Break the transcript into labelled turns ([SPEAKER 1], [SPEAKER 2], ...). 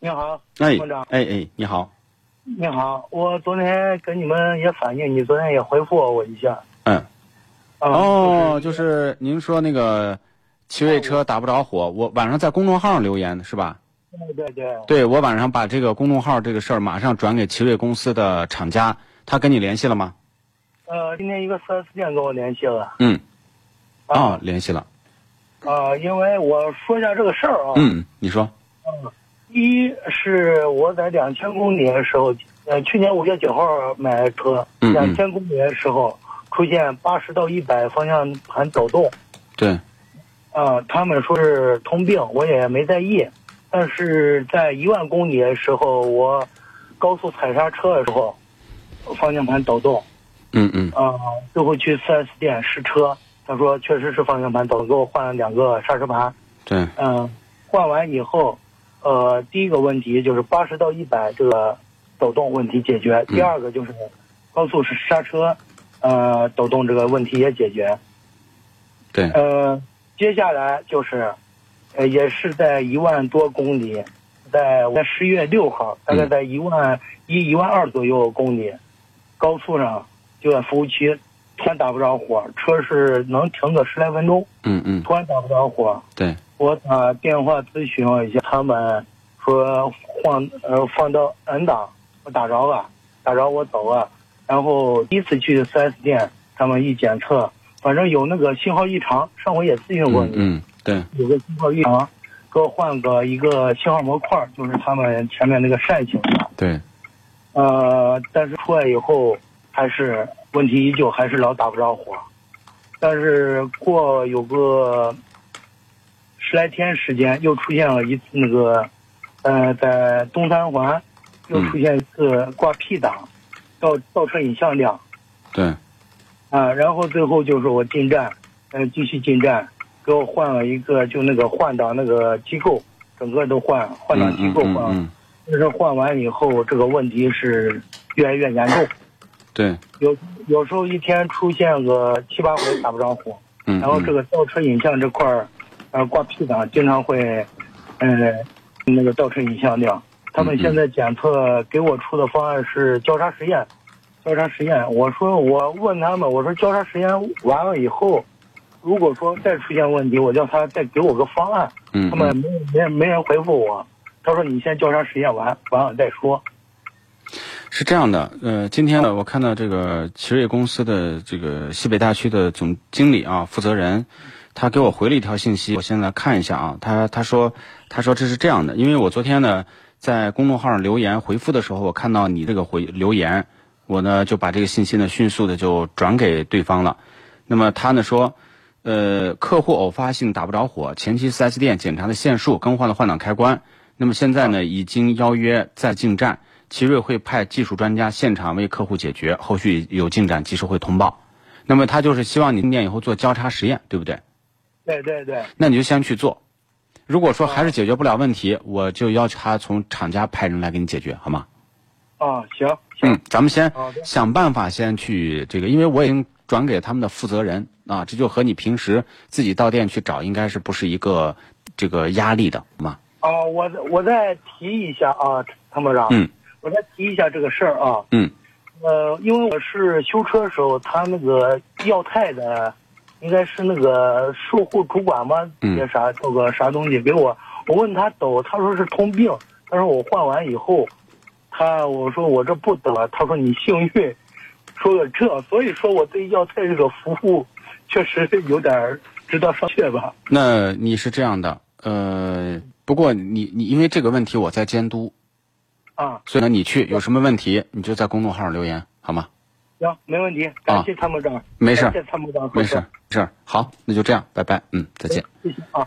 [SPEAKER 1] 你好，参
[SPEAKER 2] 哎
[SPEAKER 1] 谋长，
[SPEAKER 2] 哎哎，你好，
[SPEAKER 1] 你好，我昨天跟你们也反映，你昨天也回复我一下。
[SPEAKER 2] 嗯，
[SPEAKER 1] 啊、
[SPEAKER 2] 哦，就是您说那个奇瑞车打不着火，我晚上在公众号上留言是吧？
[SPEAKER 1] 对对对，
[SPEAKER 2] 对，我晚上把这个公众号这个事儿马上转给奇瑞公司的厂家，他跟你联系了吗？
[SPEAKER 1] 呃，今天一个 4S 店跟我联系了
[SPEAKER 2] 嗯，
[SPEAKER 1] 啊
[SPEAKER 2] 哦，联系了。
[SPEAKER 1] 啊，因为我说一下这个事儿啊，
[SPEAKER 2] 嗯，你说，
[SPEAKER 1] 一是我在两千公里的时候，呃，去年五月九号买车，
[SPEAKER 2] 嗯嗯
[SPEAKER 1] 两千公里的时候出现八十到一百方向盘抖动，
[SPEAKER 2] 对，
[SPEAKER 1] 啊、他们说是通病，我也没在意。但是在一万公里的时候，我高速踩刹车的时候，方向盘抖动，
[SPEAKER 2] 嗯嗯
[SPEAKER 1] 啊、最后去 4S 店试车，他说确实是方向盘抖动，给我换了两个刹车盘。
[SPEAKER 2] 对，
[SPEAKER 1] 嗯、换完以后，呃，第一个问题就是八十到一百这个抖动问题解决，第二个就是高速刹车，呃，抖动这个问题也解决。
[SPEAKER 2] 对，
[SPEAKER 1] 呃，接下来就是，呃，也是在一万多公里，在在十月六号，大概在一万一、一万二左右公里，高速上就在服务区，突然打不着火，车是能停个十来分钟，
[SPEAKER 2] 嗯嗯，
[SPEAKER 1] 突然打不着火，
[SPEAKER 2] 对，
[SPEAKER 1] 我打电话咨询了一下，他们说放呃放到 N 档，我打着了，打着我走了。然后第一次去 4S 店，他们一检测，反正有那个信号异常，上回也咨询过
[SPEAKER 2] 嗯
[SPEAKER 1] 你，
[SPEAKER 2] 嗯对，
[SPEAKER 1] 有个信号异常，给我换个一个信号模块，就是他们前面那个扇形的。
[SPEAKER 2] 对，
[SPEAKER 1] 呃，但是出来以后还是问题依旧，还是老打不着火。但是过有个十来天时间，又出现了一次那个，呃，在东三环又出现一次挂 P 档，倒倒车影像亮
[SPEAKER 2] 对，
[SPEAKER 1] 啊、然后最后就是我进站，呃，继续进站，给我换了一个就那个换挡那个机构，整个都换换挡
[SPEAKER 2] 嗯
[SPEAKER 1] 机
[SPEAKER 2] 嗯
[SPEAKER 1] 构换啊
[SPEAKER 2] 嗯
[SPEAKER 1] 了。
[SPEAKER 2] 嗯，
[SPEAKER 1] 但是换完以后，这个问题是越来越严重，
[SPEAKER 2] 对，
[SPEAKER 1] 有有时候一天出现个七八回打不着火，
[SPEAKER 2] 嗯，
[SPEAKER 1] 然后这个倒车影像这块儿，呃，挂 P 档经常会，呃，那个倒车影像亮。他们现在检测给我出的方案是交叉实验，交叉实验。我说我问他们，我说交叉实验完了以后，如果说再出现问题，我叫他再给我个方案。
[SPEAKER 2] 嗯
[SPEAKER 1] 他
[SPEAKER 2] 嗯
[SPEAKER 1] 们没有没人没人回复我，他说你先交叉实验完完了再说。
[SPEAKER 2] 是这样的，呃，今天呢，我看到这个奇瑞公司的这个西北大区的总经理啊，负责人，他给我回了一条信息，我先来看一下啊，他他说他说这是这样的，因为我昨天呢在公众号上留言回复的时候，我看到你这个回留言，我呢就把这个信息呢迅速的就转给对方了，那么他呢说。呃，客户偶发性打不着火，前期 4S 店检查的线束，更换了换挡开关。那么现在呢，已经邀约再进站，奇瑞会派技术专家现场为客户解决，后续有进展及时会通报。那么他就是希望你进店以后做交叉实验，对不对？
[SPEAKER 1] 对对对，
[SPEAKER 2] 那你就先去做。如果说还是解决不了问题，我就要求他从厂家派人来给你解决，好吗？
[SPEAKER 1] 啊，行行
[SPEAKER 2] 嗯，，咱们先
[SPEAKER 1] 好的
[SPEAKER 2] 想办法先去这个，因为我已经转给他们的负责人啊，这就和你平时自己到店去找，应该是不是一个这个压力的好吗？
[SPEAKER 1] 啊，我我再提一下啊，参谋长，
[SPEAKER 2] 嗯，
[SPEAKER 1] 我再提一下这个事儿啊，
[SPEAKER 2] 嗯，
[SPEAKER 1] 呃，因为我是修车的时候，他那个耀泰的，应该是那个售后主管吧，
[SPEAKER 2] 嗯
[SPEAKER 1] 也啥这个啥东西给我，我问他抖，他说是通病，他说我换完以后，他我说我这不抖了，他说你幸运，说了这，所以说我对耀泰这个服务确实有点儿值得商榷吧，
[SPEAKER 2] 那你是这样的，呃，不过你你因为这个问题我在监督，
[SPEAKER 1] 啊，
[SPEAKER 2] 所以呢，你去有什么问题你就在公众号上留言好吗？
[SPEAKER 1] 行，没问题，感谢参谋长，
[SPEAKER 2] 啊没事儿
[SPEAKER 1] 感谢参谋长，啊
[SPEAKER 2] 没事儿，没事儿，好，那就这样，拜拜，嗯，再见。
[SPEAKER 1] 谢谢啊，